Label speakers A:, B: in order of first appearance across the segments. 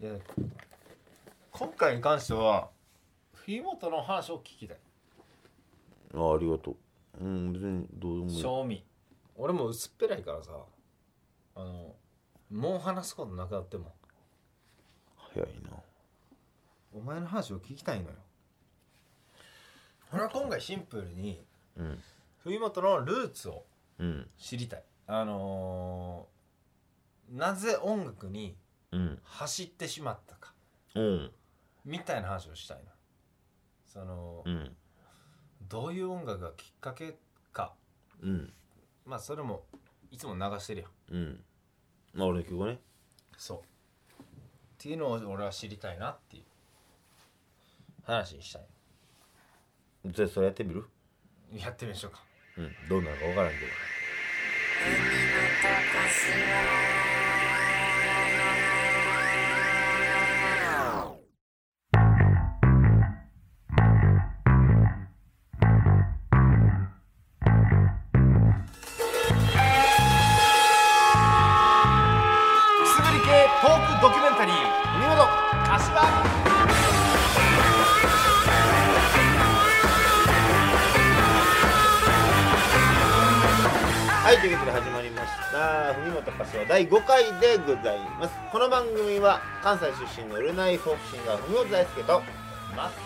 A: で今回に関しては冬本の話を聞きたい
B: あありがとううん別にどうでもいい
A: 賞味
C: 俺も薄っぺらいからさあのもう話すことなくなっても
B: 早いな
C: お前の話を聞きたいのよ俺は今回シンプルに
B: うん
C: 冬本のルーツを
B: うん
C: 知りたいあのーなぜ音楽に
B: うん
C: 走ってしまったか
B: うん
C: みたいな話をしたいなその
B: うん
C: どういう音楽がきっかけか
B: うん
C: まあそれもいつも流してるやん
B: うんまあ俺の曲ね
C: そうっていうのを俺は知りたいなっていう話にしたい
B: じゃあそれやってみる
C: やってみましょうか
B: うんどうなるか分からんけど
A: くすぶり系トークドキュメンタリー見事柏
B: はい、ということで始まりました「文本柏」第5回でございますこの番組は関西出身の売れないフォークシンガー文本大輔と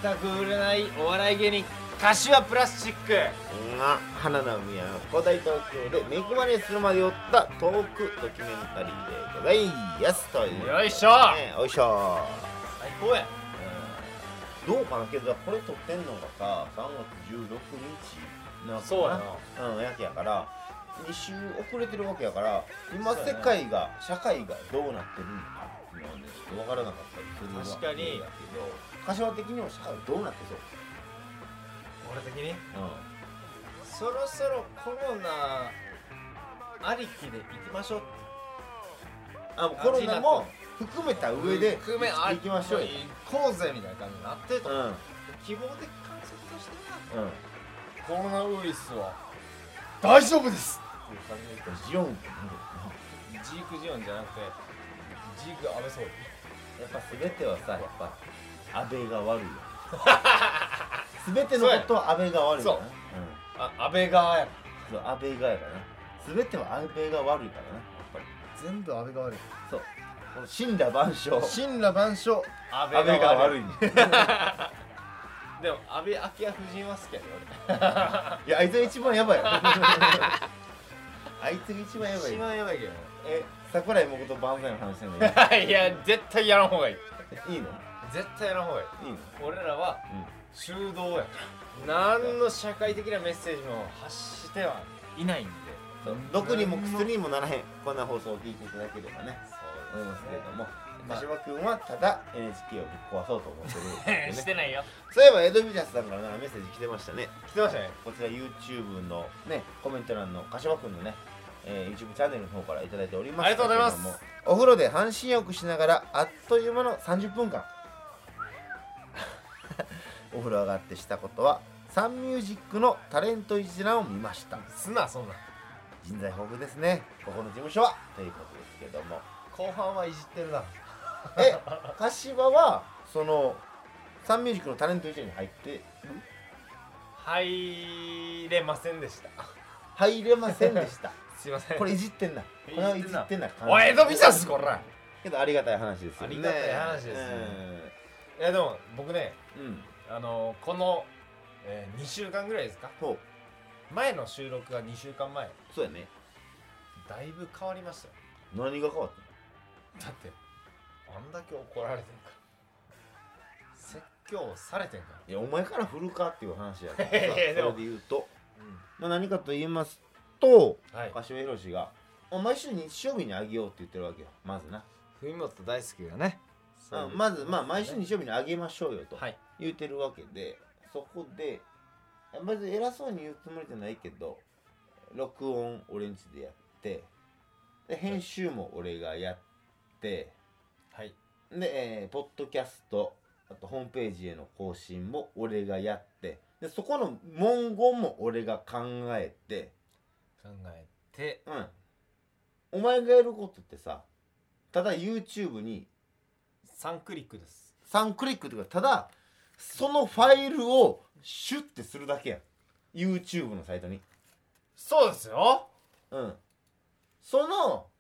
C: 全く売れないお笑い芸人柏プラスチック
B: が花の海や古代東京でメイクマネするまで寄ったトークドキュメンタリーでございますということで
C: よいしょ
B: ねよいしょ
C: 最高や
B: どうかなけどこれ撮ってんのがさ3月16日なのかな
C: そうや
B: うんやけやから2週遅れてるわけやから今
C: そうや
B: 世
C: な
B: 界が社会がどうなってるのかっていうのはねちょっと分からなかったりする
C: 確かに
B: わけだけど柏的にも社会どうなってそう
C: 俺的にそろそろコロナありきでいきましょう
B: あもうコロナも含めた上で
C: 含めあ
B: いきましょうよ
C: 行こうぜみたいな感じになってると
B: うんうん
C: 希望的観測としてはコロナウイルスは大丈夫です
B: ジオン
C: ジークジオンじゃなくてジーク安倍総理
B: やっぱ全てはさやっぱ安倍が悪い よ全てのことは安倍が悪いよな
C: そう
B: うん
C: あ安倍が
B: そう安倍がやからな全ては安倍が悪いからなやっぱり
A: 全部安倍が悪い
B: そうこの死んだ万象安
A: 神羅万象
C: 安
B: 倍が 悪い
C: い
B: ね
C: でも安倍昭恵夫人は好きやで
B: い やあいつが一番やばいよあいつが一番やば
C: 俺
B: い
C: 一
B: よ
C: 番やばいけど
B: え桜井誠万歳の話してんの
C: いや絶対やらんほうがいい
B: いいの
C: 絶対やらんほうがいい
B: いいの
C: 俺らは
B: うん
C: 修道やから何の社会的なメッセージも発してはいないんで
B: そう毒にも薬にもならへんこんな放送を聞いていただければね
C: そ
B: 思いますけれども
C: まあ
B: 柏君はただ NHK をぶっ壊そうと思 ってるんです
C: し
B: ね
C: てないよ
B: そういえばエド・ビジャスさんからなんかメッセージ来てましたね
C: 来てましたね
B: こちら YouTube のねコメント欄の柏くんのね、えー YouTube チャンネルの方からいただいております
C: ありがとうございます
B: けれどもお風呂で半身浴しながらあっという間の30分間 お風呂上がってしたことはサンミュージックのタレント一覧を見ました
C: すなそんな
B: 人材豊富ですねここの事務所はということですけども
C: 後半はいじってるな
B: え柏はそのサンミュージックのタレント一覧に入って
C: 入れませんでした
B: 入れませんでした
C: すいません
B: これいじってんなこれはいじってんな
C: おい江戸ビザスこら
B: けどありがたい話です
C: あ
B: よね
C: りがたい話ですねいやでも僕ね
B: うんうん
C: あのこの、え2週間ぐらいですか
B: そう
C: 前の収録が2週間前
B: そうやね
C: だいぶ変わりましたよ
B: 何が変わっ
C: だってあんだけ怒られてんから説教されてんから
B: たのいやお前から振るかっていう話やから
C: いやいやでも
B: それで言うと、
C: う
B: まあ、何かと言いますと
C: んはい
B: 柏宏がお毎週日曜日にあげようって言ってるわけよまずな、
C: 文本大好きがね
B: うんまずまあ毎週日曜日にあげましょうよと
C: はい
B: 言ってるわけで、そこで別に偉そうに言うつもりじゃないけど録音俺んちでやってで編集も俺がやって
C: はい
B: で、えーポッドキャストあとホームページへの更新も俺がやってでそこの文言も俺が考えて
C: 考えて
B: うんお前がやることってさただ YouTube に
C: 3クリックです
B: 3クリックっていうかただそのファイルをシュッてするだけやん YouTube のサイトに
C: そうですよ
B: うんその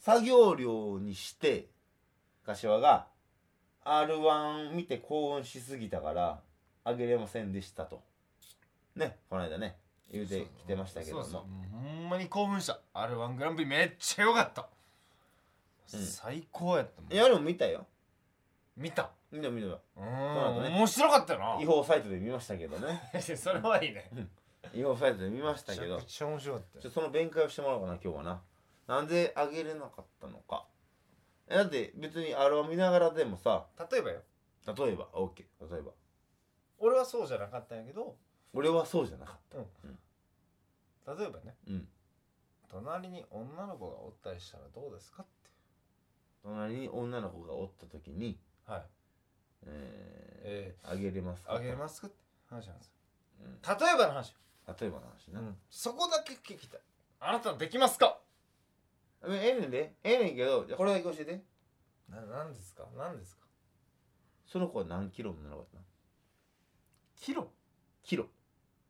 B: 作業量にして柏が R1 見て興奮しすぎたからあげれませんでしたとねこの間ね言うてきてましたけども
C: そうそうほんまに興奮した r 1グランプリめっちゃ良かった、
B: うん
C: 最高やったもん
B: いやでも見たよ
C: 見た
B: 見た見た
C: うー
B: の後
C: ん、
B: ね
C: 面白かったよな
B: 違法サイトで見ましたけどね
C: それはいいね
B: 違法サイトで見ました
C: めち
B: け
C: ゃ
B: ど
C: くちゃ面白かったよ
B: ちょっとその弁解をしてもらおうかな今日はななんであげれなかったのかえだって別にあれを見ながらでもさ
C: 例えばよ
B: 例えば OK 例えば
C: 俺はそうじゃなかったんやけど
B: 俺はそうじゃなかっ
C: 例えばね
B: たうん
C: 隣に女の子がおったりしたらどうですかっ
B: 隣に女の子がおった時に
C: てはい
B: え
C: え
B: ー、あげれます、
C: ー、あげますすかって話なんですよ
B: うん
C: 例えばの話、
B: 例えばの話な、
C: そこだけ聞きたいあなたできますか
B: ええねんでええねんけどじゃあこれだけ教えて
C: な何ですか何ですか
B: その子は何キロのなのかな
C: キロ
B: キロ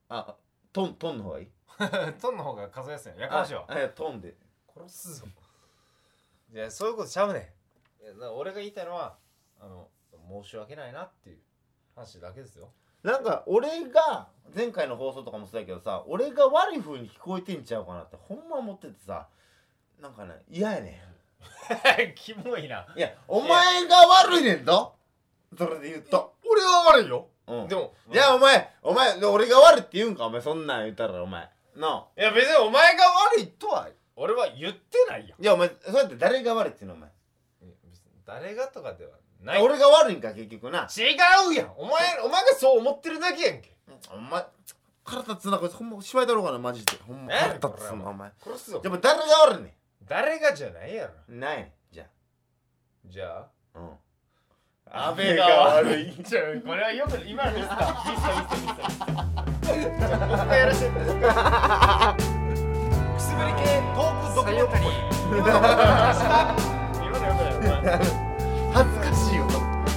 B: ああトントンの方がいい
C: トンの方が数えやすいややかましいわ
B: ああいやトンで
C: 殺すぞいやそういうことちゃうねんいやだから俺が言いたいのはあの申し訳ないなっていう話だけですよ
B: なんか俺が前回の放送とかもそうだけどさ俺が悪い風に聞こえてんちゃうかなってほんま思っててさなんかね嫌やね
C: キモいなん
B: いやお前が悪いねんぞそれで言うと、
C: 俺は悪いよ、
B: うん、
C: でも
B: じゃあお前お前俺が悪いって言うんかお前そんなん言ったらお前ない
C: や別にお前が悪いとは俺は言ってないやん
B: あいやお前そうやって誰が悪いって言うの
C: 別に誰がとかでは
B: お
C: ない
B: 前俺が悪いんか結局な
C: 違うやんお前お前がそう思ってるだけやんけ
B: お前腹立つなこいつほんま芝居だろうかなマジでほんま
C: え
B: 腹立つ
C: これ
B: な
C: は
B: お前
C: 殺すぞ
B: でも誰が悪いね
C: 誰がじゃないやろ
B: んないねんじゃ
C: じゃあ
B: あうん
C: 安
B: 安倍が悪い
C: ちょこれはよく今のミスったミスったミスったミスったもう一回やらせてくすぶり系トークドキュメンタリー今のよくない今のよくない
B: 恥ずかしいよ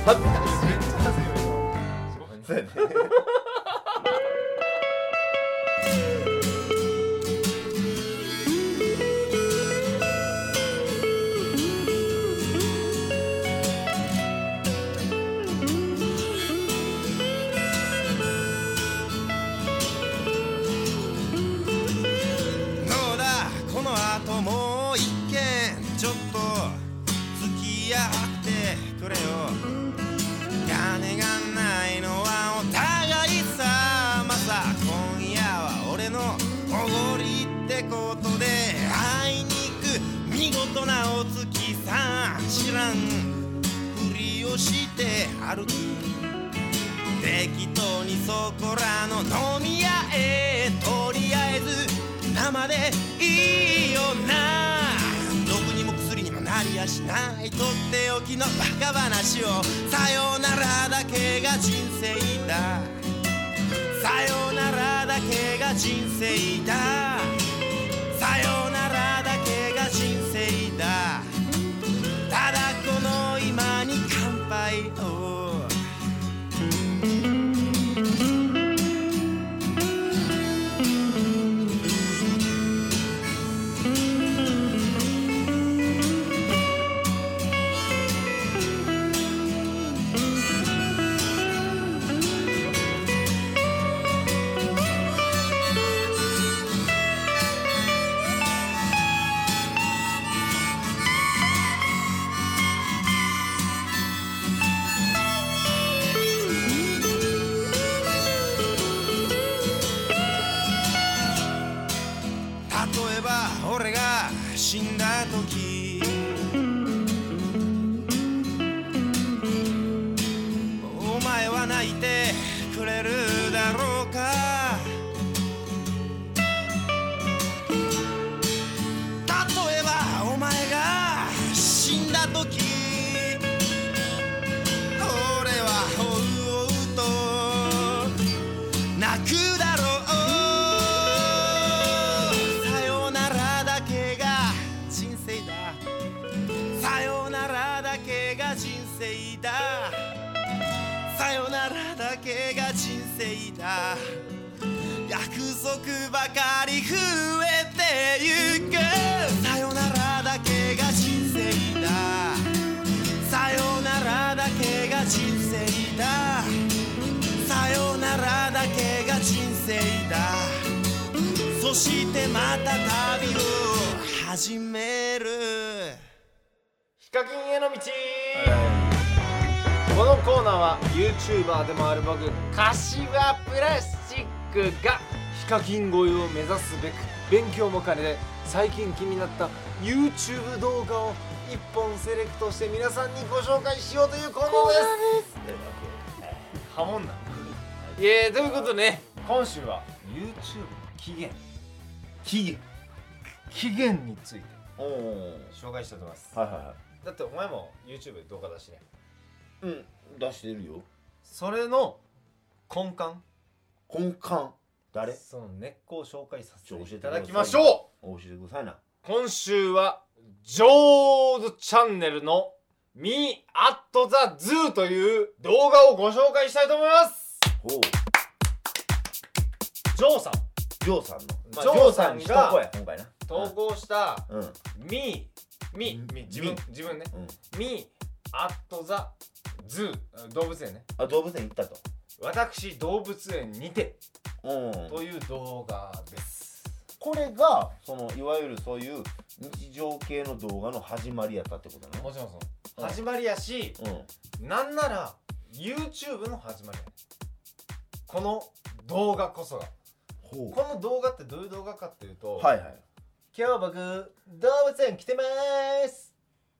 B: 恥ずかしい
C: お前
B: そうやね
D: どうだこの後もう一軒ちょっと付き合ってくれよ金がないのはお互いさまさ今夜は俺のおごりってことであいに行く見事なお月さ知らんふりをして歩く適当にそこらの飲み屋へとりあえず生でいいよな毒にも薬にもなりやしないとっておきのバカ話をさよならだけが人生ださよならだけが人生ださよならだけが人生だただこの今に乾杯を、例えば俺が死んだ時お前は泣いてくれるだろうか例えばお前が死んだ時俺は追う追うと泣くだろうさよならだけが人生ださよならだけが人生ださよならだけが人生だ約束ばかり増えてゆくさよならだけが人生ださよならだけが人生ださよならだけが人生だそしてまた旅を始める
C: ヒカキンへの道このコーナーは YouTuber でもある僕柏プラスチックがヒカキン超えを目指すべく勉強も兼ねて最近気になった YouTube 動画を一本セレクトして皆さんにご紹介しようというコーナーですハモんなえー、ということでね今週は YouTube の起源
B: 期限
C: 起源について
B: おお
C: 紹介しております
B: はいは
C: だってお前も YouTube で動画出してね
B: いはいうん出してるよ
C: それの根幹
B: 根幹誰
C: その根っこを紹介させ
B: ちょ教え
C: て
B: て
C: い
B: くだ
C: た
B: さい
C: だきましょ
B: 教えてくださいな
C: う今週は「ジョーズチャンネル」の「Me at the Zoo」という動画をご紹介したいと思います
B: おお
C: ジョーさん
B: ジョーさんの、
C: まあ
B: ジョーさんにし
C: ジョー
B: と
C: さんが
B: こうや今回な
C: 投稿した
B: うんうん
C: 「Me」「Me」
B: Me
C: 自分自分ね「Me at the Zoo」動物園ね
B: あ動物園行ったと
C: 私動物園にて
B: うん
C: という動画です
B: これがそのいわゆるそういう日常系の動画の始まりやったってことね
C: もちろんその始まりやし、
B: うん
C: なんなら YouTube の始まりやねこの動画こそが
B: ほ
C: この動画ってどういう動画かっていうと、
B: はいはい
C: 今日僕動物園来てまーす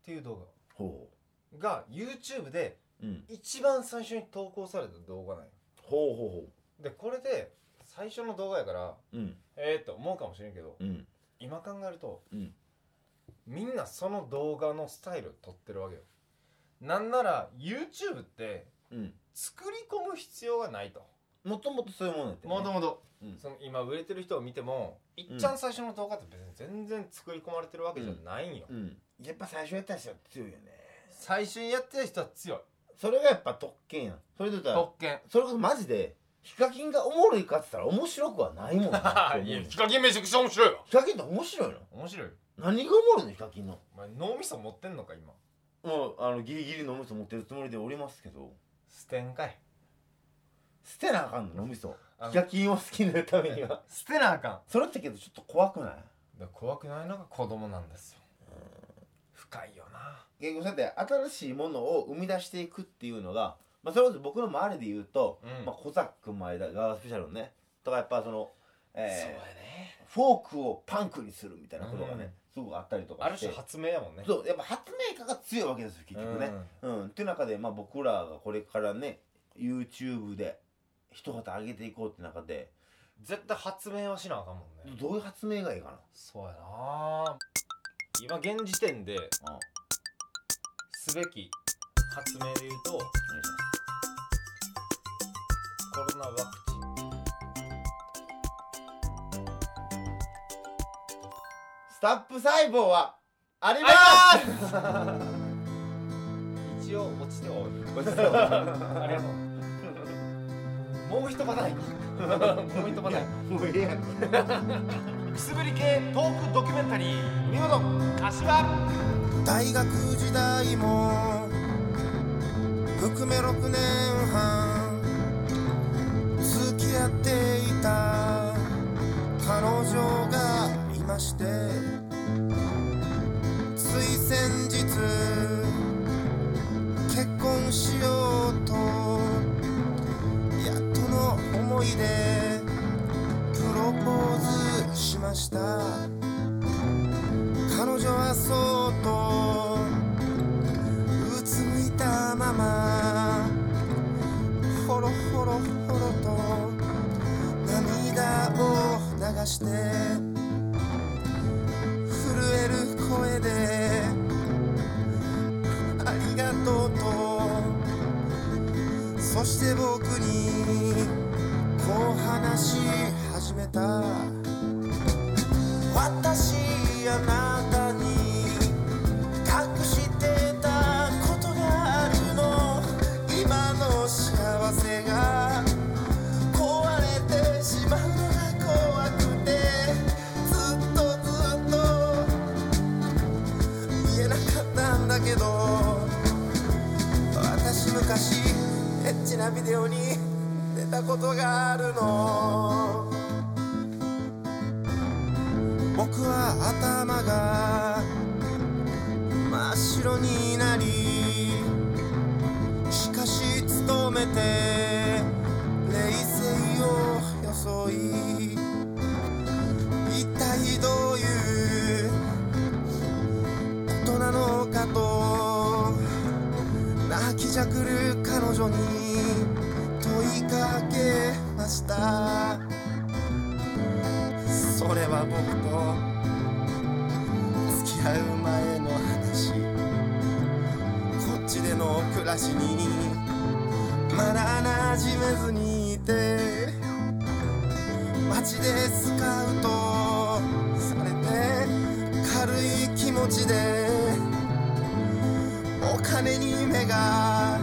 C: っていう動
B: ほ
C: 画が YouTube で
B: ううん
C: 一番最初に投稿された動画なんよ
B: ほうほうほ
C: でこれで最初の動画やから
B: ううん
C: えー、っと思うかもしれんけど
B: うん
C: 今考えると、
B: うん
C: みんなその動画のスタイルを撮ってるわけよなんなら YouTube って
B: うん
C: 作り込む必要がないと
B: もともとそういうものやってね
C: もともと
B: うん
C: その今売れてる人を見てもいっちゃん最初の動画って別に全然作り込まれてるわけじゃないんよ、
B: うんやっぱ最初やった人は強いよね
C: 最初にやってた人は強い
B: それがやっぱ特権やんそれで言ったら
C: 特権
B: それこそマジでヒカキンがおもろいかって言ったら面白くは ないもんなって
C: い
B: 思う
C: や
B: ねん
C: ヒ
B: ヒ
C: カキンめちゃくちゃ面白いわ
B: カキンって面白いの
C: 面白いよ
B: 何がおもろいのヒカキンの
C: お前脳みそ持ってんのか今
B: もうあのギリギリ脳みそ持ってるつもりでおりますけど
C: 捨てんかい
B: 捨てなあかんの脳みそ
C: あの
B: ヒカキンを好きになるために は
C: 捨てなあかんだか
B: それってけどちょっと怖くない
C: ら怖くないのが子供なんですよ深いよな
B: 結局そうやって新しいものを生み出していくっていうのが、まあ、それこそ僕の周りで言うと、
C: うん
B: まあ、コザック前田ガースペシャルのねとかやっぱその、
C: そうや
B: えー
C: ね
B: フォークをパンクにするみたいなことがね、すごくあったりとか
C: ある
B: して
C: 種発明やもんね
B: そうやっぱ発明家が強いわけですよ結局ね。うん、っていう中で、まあ、僕らがこれからね YouTube で一旗上げていこうって中で
C: 絶対発明はしなあかんもんね
B: どういう発明がいいか
C: そうやな今現時点で
B: な、うん
C: すべき発明で言うとコ
B: お願いします
C: ロナワクチン
B: スタップ細胞はあり
C: 一応落ちておる
B: ます
C: ありがとうもう一パターンいこうもう一パターン
B: もうええやん
C: くすぶり系トークドキュメンタリー見事柏
D: 大学時代も含め6年半付き合っていた彼女がいましてつい先日結婚しようとやっとの思いでプロポーズしました彼女はそっとうつむいたままほろほろほろと涙を流して震える声でありがとうとそして僕にこう話し始めた私あなたに隠してたことがあるのけど私昔エッチなビデオに出たことがあるの僕は頭が真っ白になりしかし勤めて冷静を装い一体どういうことなのかと泣きじゃくる彼女に問いかけましたそれは僕と付き合う前の話こっちでの暮らしにまだ馴染めずにいて街でスカウトされて軽い気持ちでお金に目が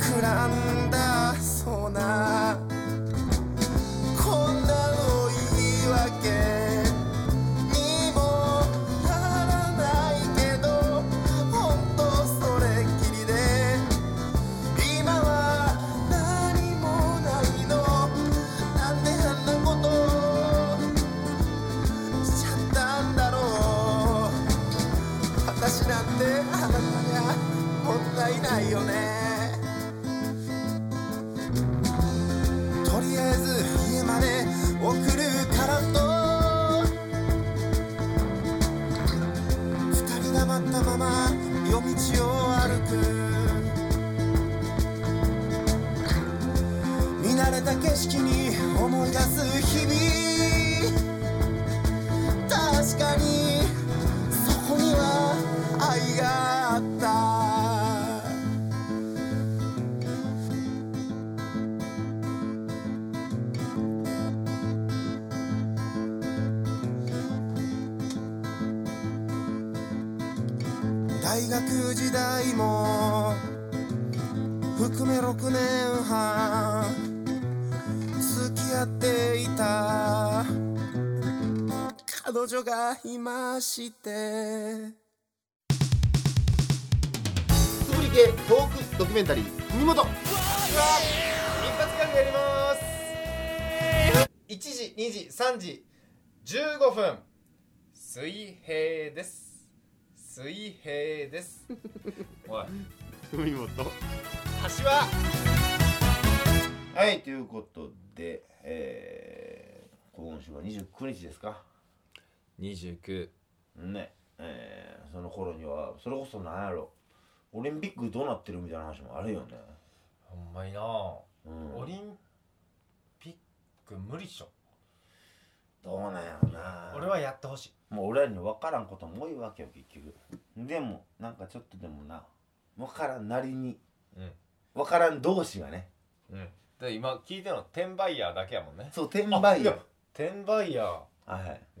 D: くらんだそうなこんなの言い訳にもならないけど本当それっきりで今は何もないのなんであんなことしちゃったんだろう私なんてあなたにはもったいないよねとりあえず家まで送るからと二人が待ったまま夜道を歩く見慣れた景色に思い出す日々確かにそこには愛があった大学時代も含め6年半付き合っていた彼女がいまして
E: つぶり系トークドキュメンタリー国本
F: 一発ギャグやります1時2時3時15分水平です水平です
C: おい
E: 国本
F: 橋は
B: はいということで、えー、今週は29日ですか
F: 29
B: ねえー、その頃にはそれこそ何やろオリンピックどうなってるみたいな話もあるよね、
C: ほんまになオ
B: うん、
C: リンピック無理っしょ
B: どうなんやろな
C: 俺はやってほしい
B: もう俺らに分からんことも多いわけよ結局でもなんかちょっとでもな分からんなりに、
C: うん
B: 分からん同士がね
C: うんで今聞いてるの転売ヤーだけやもんね
B: そう転売
C: あい
B: よ
C: や転売ヤ
B: はい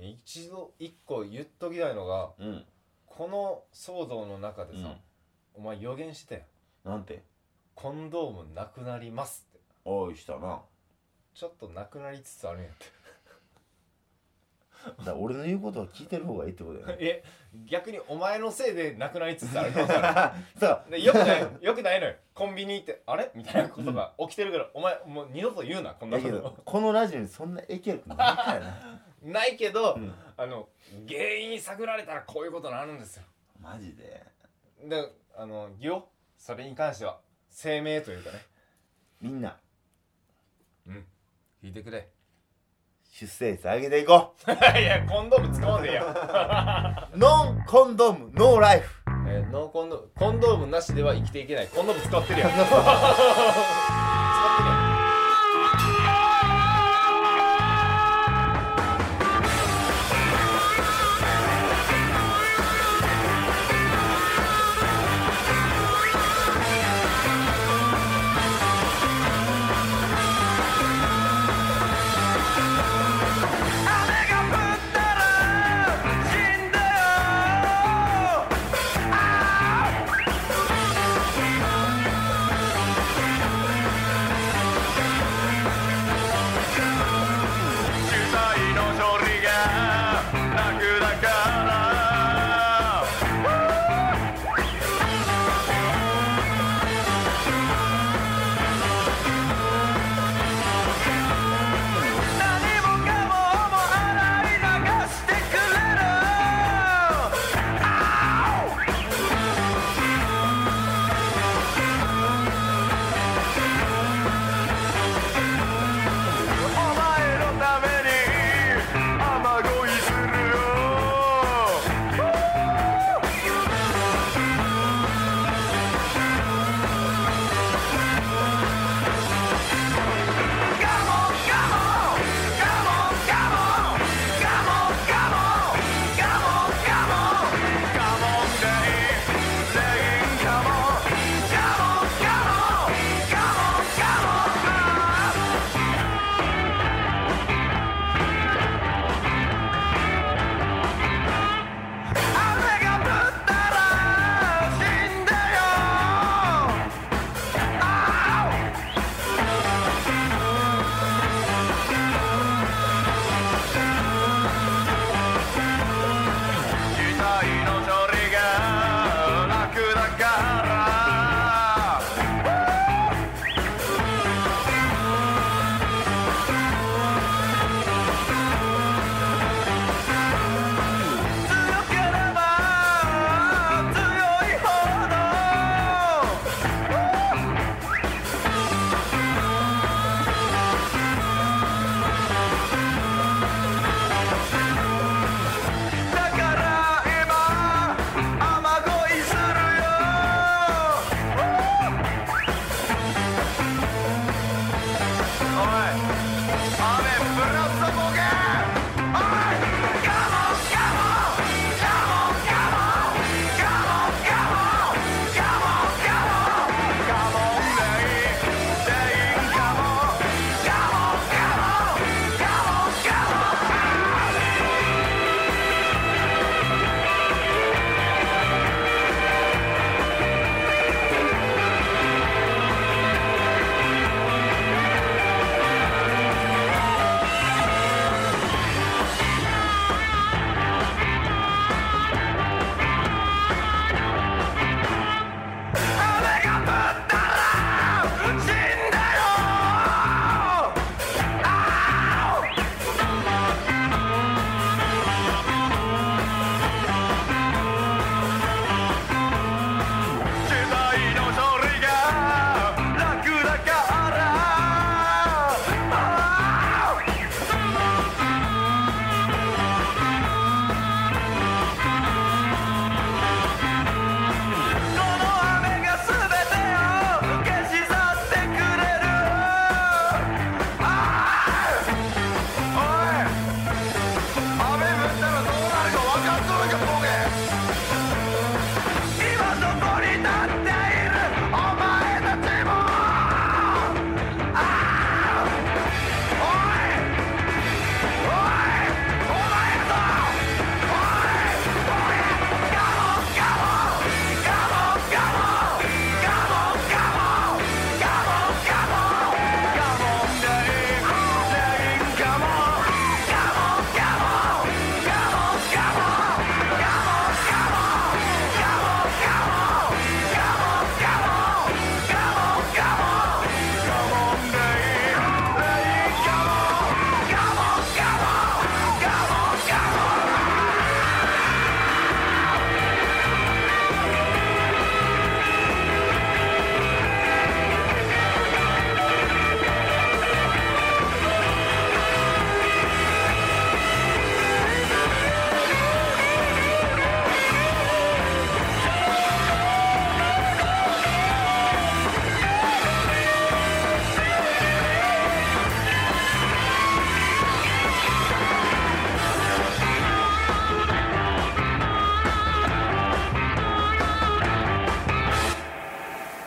C: ーに一度一個言っときたいのが
B: うん
C: この騒動の中でさ、お前予言してたやん
B: なんて
C: コンドームなくなりますって
B: おいしたな
C: ちょっとなくなりつつあるんやっ
B: だから俺の言うことは聞いてる方がいいってことだよ
C: て
B: ね
C: え逆にお前のせいでなくなりつつある可能性あ る
B: さあ
C: でよくないよくないのよコンビニ行ってあれみたいなことが起きてるから、お前もう二度と言うなこんな
B: だ
C: こ
B: け
C: と
B: どこのラジオにそんな影響力ないからな
C: ないけど、
B: ん
C: あの原因探られたらこういうことになるんですよ
B: マジで
C: であのよそれに関しては声明というかね
B: みんな
C: うん聞いてくれ
B: 出生率上げていこ
C: いやコンドーム使わんでいいや、
B: うノンコンドームノーライフ
C: えーノーコンドームコンドームなしでは生きていけないコンドーム使ってる やん使ってるやん
G: 「あなたがぶったら死んだよ」
H: ン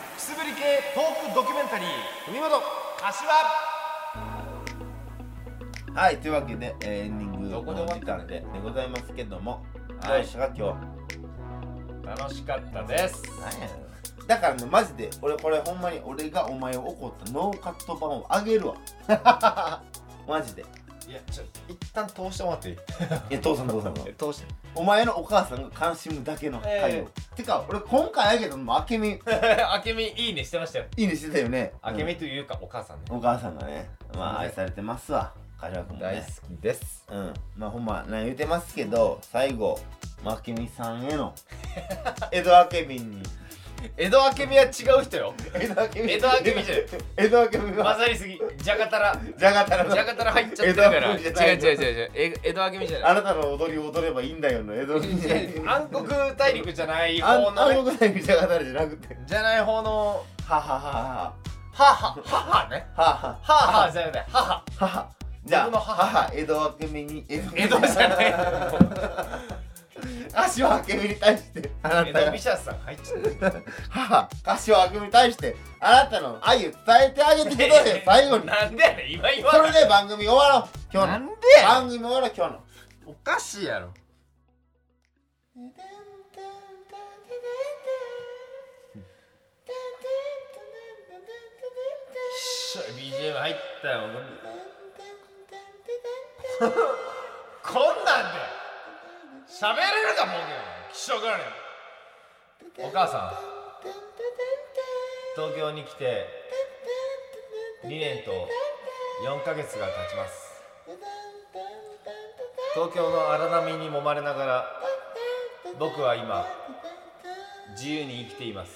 H: タリー文元柏
B: はいというわけで、えーエンディング
C: どこで終
B: の
C: わっ
B: 時
C: た
B: 間ででございますけども
C: はい
B: どうでしたか今日
C: 楽しかったです
B: なんやねんだからねマジで俺これほんまに俺がお前を怒ったノーカット版をあげるわ マジで
C: いやちょっと一旦通してもらっていい
B: いや父さ ん父さんの
C: え通して
B: お前のお母さんが関心むだけの会
C: え
B: を、てか俺今回あげたのもあけみ
C: あけみいいねしてましたよ
B: いいねしてたよね
C: あけみというかお母さんね
B: うんお母さんがねまあ愛されてますわ柏君も
C: 大
B: ね
C: 好きです
B: うんまあほんま何言うてますけど最後まあけみさんへの 江戸あけみに
C: 江戸あけみは違う人よ
B: 江戸あけ
C: 江戸あけみじゃない
B: 江戸あけみ
C: 混
B: は
C: ざりすぎじゃがたら
B: じゃがたらの
C: じゃがたら入っちゃってるから
B: 江戸あけみじゃな
C: 違
B: いう
C: 違う違う違うえ江戸あけみじゃない
B: あなたの踊りを踊ればいいんだよの江戸あけみじゃない
C: 暗黒大陸じゃない
B: あ
C: 方
B: んあ
C: のね
B: のことにじゃがたらじゃなくて
C: じゃない方の
B: はははは
C: 母母ね
B: は
C: 母じゃない母
B: ははじゃあ
C: 僕の母
B: 母江戸あけみに江戸
C: 江戸じゃない
B: 柏あけみに対してあな
C: 江
B: た
C: 戸
B: が
C: 美写さん入っちゃってる
B: 母柏あけみに対してあなたの愛を伝えてあげてくださいよ最後に
C: なんでやねん今言わ
B: そ
C: な
B: れ
C: い
B: で番組終わろう今日の
C: で
B: 番組終わろう今日の
C: おかしいやろしょ BGM 入ったよこんなんで喋れるかもうけよ気色悪いお母さん東京に来て2年と4ヶ月が経ちます東京の荒波に揉まれながら僕は今自由に生きています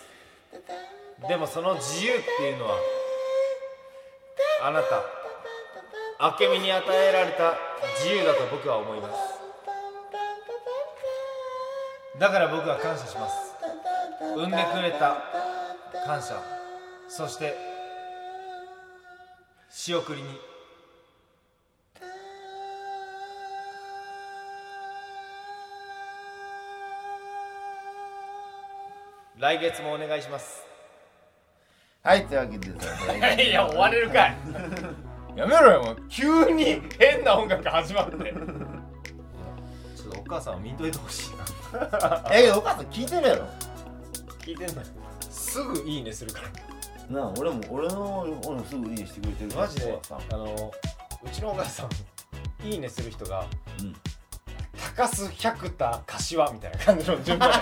C: でもその自由っていうのはあなた明美に与えられた自由だと僕は思いますだから僕は感謝します産んでくれた感謝そして仕送りに来月もお願いします
B: はいというわけでさ
C: いや終われるか いやめろよもう急に変な音楽始まってちょっとお母さんは見んといてほしいな
B: えお母さん聞いてるやろ
C: 聞いてんのよすぐいいねするから
B: なあ俺も俺の俺もすぐいいねしてくれてるから
C: マジで
B: お母さん
C: あのうちのお母さんいいねする人が
B: うん
C: 高須百田柏みたいな感じの順番 やね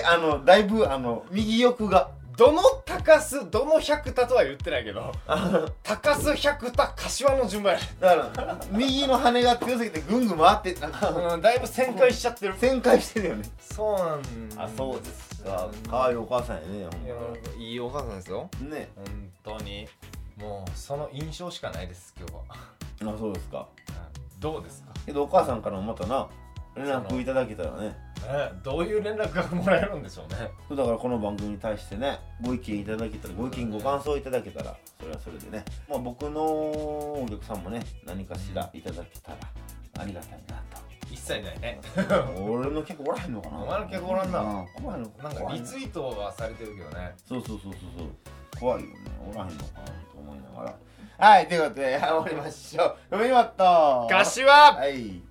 B: えあのだいぶあの右翼が
C: どの高須どの百田とは言ってないけ ど高須百田柏の順番やね
B: だから右の羽が強すぎてぐんぐん回ってなんか
C: うんだいぶ旋回しちゃってる
B: 旋回してるよね
C: そうなん
B: うですか可愛いお母さんやねほん
C: いやいいお母さんですよ
B: まね
C: 本当にもうその印象しかないです今日は
B: あそうですか
C: どうですか、
B: けどお母さんからもまたな連絡いただけたらね
C: ね、どういう連絡がもらえるんでしょうね
B: だからこの番組に対してねご意見いただけたらご意見ご感想いただけたらそれはそれでね、まあ、僕のお客さんもね何かしらいただけたらありがたいな
C: 一切ないね
B: と俺の客おらへんのかな
C: お前の客おらんな
B: う怖いの
C: なんか
B: 怖い
C: リ
B: の
C: ツイートはされてるけどね
B: そうそうそうそうそう怖いよねおらへんのかなと思いながらはいということで終わりましょう読み終わった
C: 柏
B: はい